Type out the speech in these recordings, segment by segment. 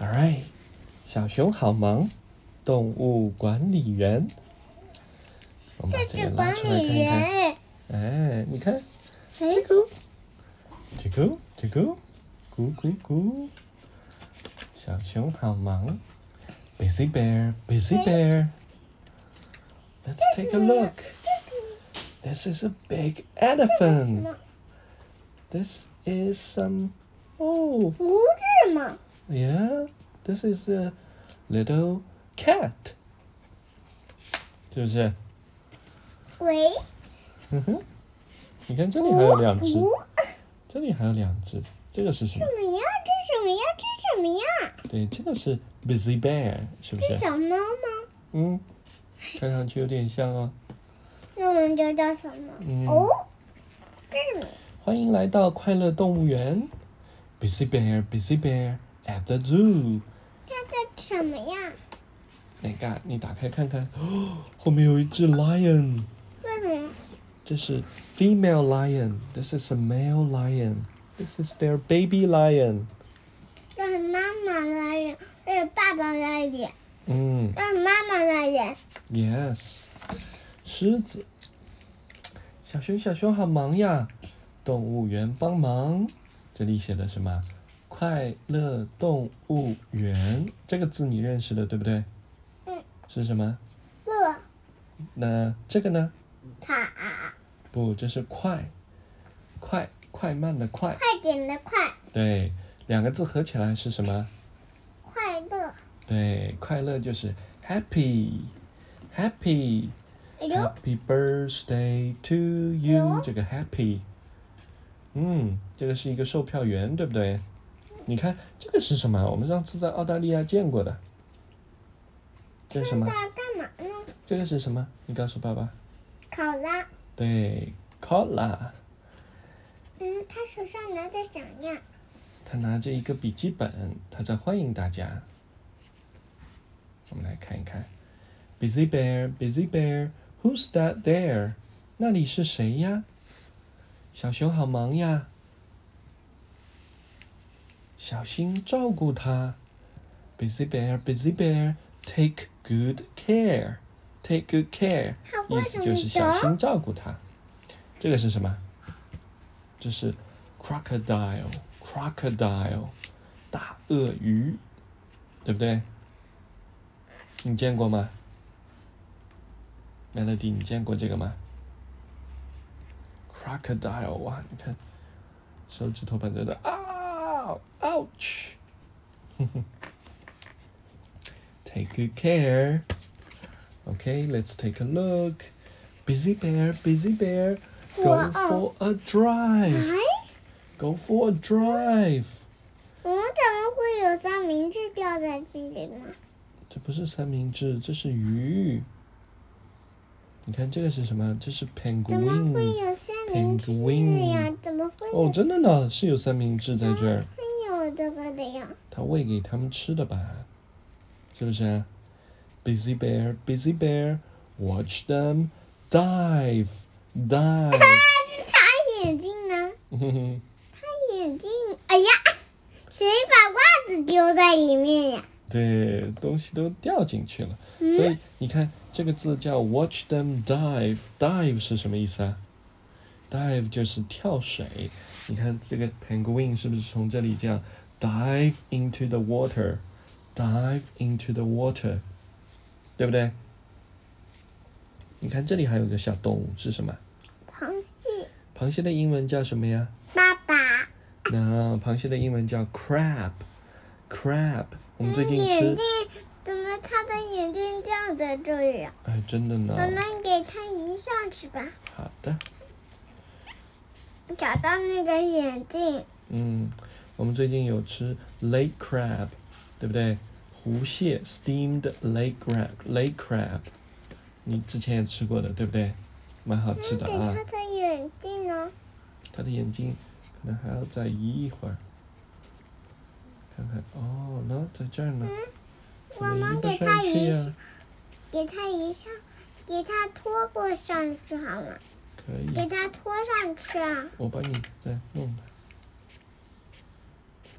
All right，小熊好忙，动物管理员。我们把啊这这个是拉管出来理看一看。员，哎，你看，哎，这个，这个，咕咕咕。小熊好忙，Busy Bear, Busy Bear. Let's take a look. This is a big 什 elephant. 么 This is some. Oh, 胡子吗？ Yeah, this is a little cat. 是不是？喂，哼哼，你看这里还有两只胡，这里还有两只，这个是什么？什哎么呀？这什么呀？这什么呀？对，这个是 busy bear，是不这是？小猫吗？嗯，看上去有点像哦。那我们就叫小猫。嗯哦，这是什么？欢迎来到快乐动物园，busy bear, busy bear at the zoo。这叫什么呀？那个，你打开看看，哦，后面有一只 lion，为什么？这是 female lion，this is a male lion，this is their baby lion。这是妈妈的脸，这是爸爸的脸，嗯这是妈妈的脸。 ，yes，狮子，小熊小熊好忙呀，动物园帮忙。这里写的什么？快乐动物园这个字你认识的对不对？嗯。是什么？乐那这个呢？塔，不，这是快，快快慢的快。快点的快，对，两个字合起来是什么？快乐。对，快乐就是 happy，happy。哎呦， Happy birthday to 哎 you，呦这个 happy，嗯，这个是一个售票员，对不对？你看这个是什么？我们上次在澳大利亚见过的。这是什这么？要干嘛呢？这个是什么？你告诉爸爸。考拉。对，Cola，嗯，他手上拿着什么呀？他拿着一个笔记本，他在欢迎大家。我们来看一看，Busy Bear，Busy Bear，Who's that there？那里是谁呀？小熊好忙呀，小心照顾它。Busy Bear，Busy Bear，Take good care，Take good care，他意为什思么就是小得心照顾它。这个是什么？这是 crocodile，crocodile，大鳄鱼，对不对？你见过吗？Melody，你见过这个吗？crocodile，哇，你看，手指头板着的，啊，ouch，Take good care. Okay, let's take a look. Busy bear, busy bear, go 哇 for 哦 a drive. 哎， Go for a drive. 我们怎么会有三明治掉在这里呢？这不是三明治，这是鱼。你看这个是什么？这是怎么会 penguin。有三明治呀 Penguin？怎么会有？哦，真的呢，是有三明治在这儿，会有这个的呀？它喂给他们吃的吧？是不是啊？Busy bear, busy bear, watch them dive, dive. 他眼镜呢？哼哼，他眼镜，哎呀，谁把袜子丢在里面呀？对，东西都掉进去了。所嗯，以你看这个字叫 watch them dive，dive 是什么意思啊？dive 就是跳水。你看这个 penguin 是不是从这里这样 dive into the water，dive into the water，对不对？你看这里还有个小动物是什么？螃蟹螃蟹的英文叫什么呀？爸爸，那螃蟹的英文叫 crab，crab。我们最近嗯眼吃镜，怎么他的眼镜掉在这里啊？哎，真的呢。我们给他一上去吧，好的，找到那个眼镜。嗯，我们最近有吃 lake crab，对不对？湖蟹 steamed lake crab，lake crab，你之前也吃过的，对不对？蛮好吃的嗯给啊。它他的眼镜哦呢？的眼睛可能还要再移一会儿，看看哦，那在这儿呢，怎嗯妈么妈移不给上他去一呀、下，给他一下，给他拖过上去好吗？可以。给他拖上去啊！我帮你再弄吧。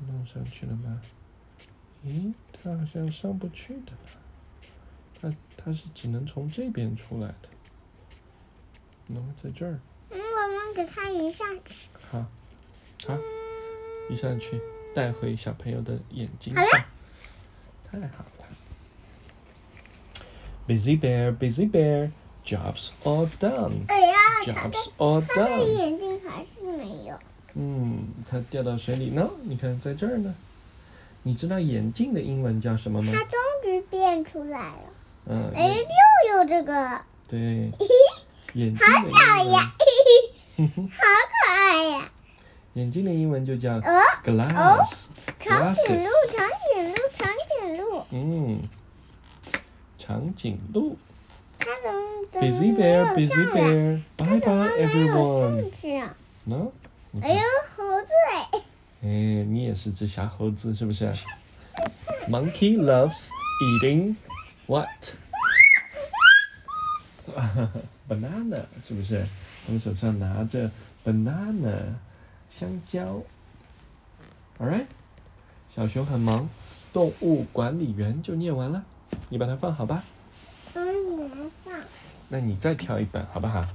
弄上去了吗？咦，它好像上不去的吧？它它是只能从这边出来的。能、在这儿，嗯，我们给它移下去。好，好，移上去，带回小朋友的眼睛好了上。太好了。Busy bear, busy bear, jobs all done, 哎呀，它的 jobs all 它的 done。眼睛还是没有。嗯，它掉到水里呢。你看，在这儿呢。你知道眼镜的英文叫什么吗？它终于变出来了。嗯，哎，眼又有这个 了，对，嘿眼镜好的小英文呀，， 嘿嘿，好可爱呀。 眼镜的英文就叫哦， glass。长颈鹿 Glasses，长颈鹿，长颈鹿，嗯，长颈鹿。它怎么怎么 Busy 没 bear, 有 busy 上来？ bear. Bye 怎么 bye 没有 everyone. 上去啊？喏，你哎呦看，，猴子哎，哎，你也是只小猴子是不是？Monkey loves eating what? banana 是不是？他们手上拿着 banana 香蕉。Alright，小熊很忙，动物管理员就念完了，你把它放好吧。嗯，你来放。那你再挑一本好不好？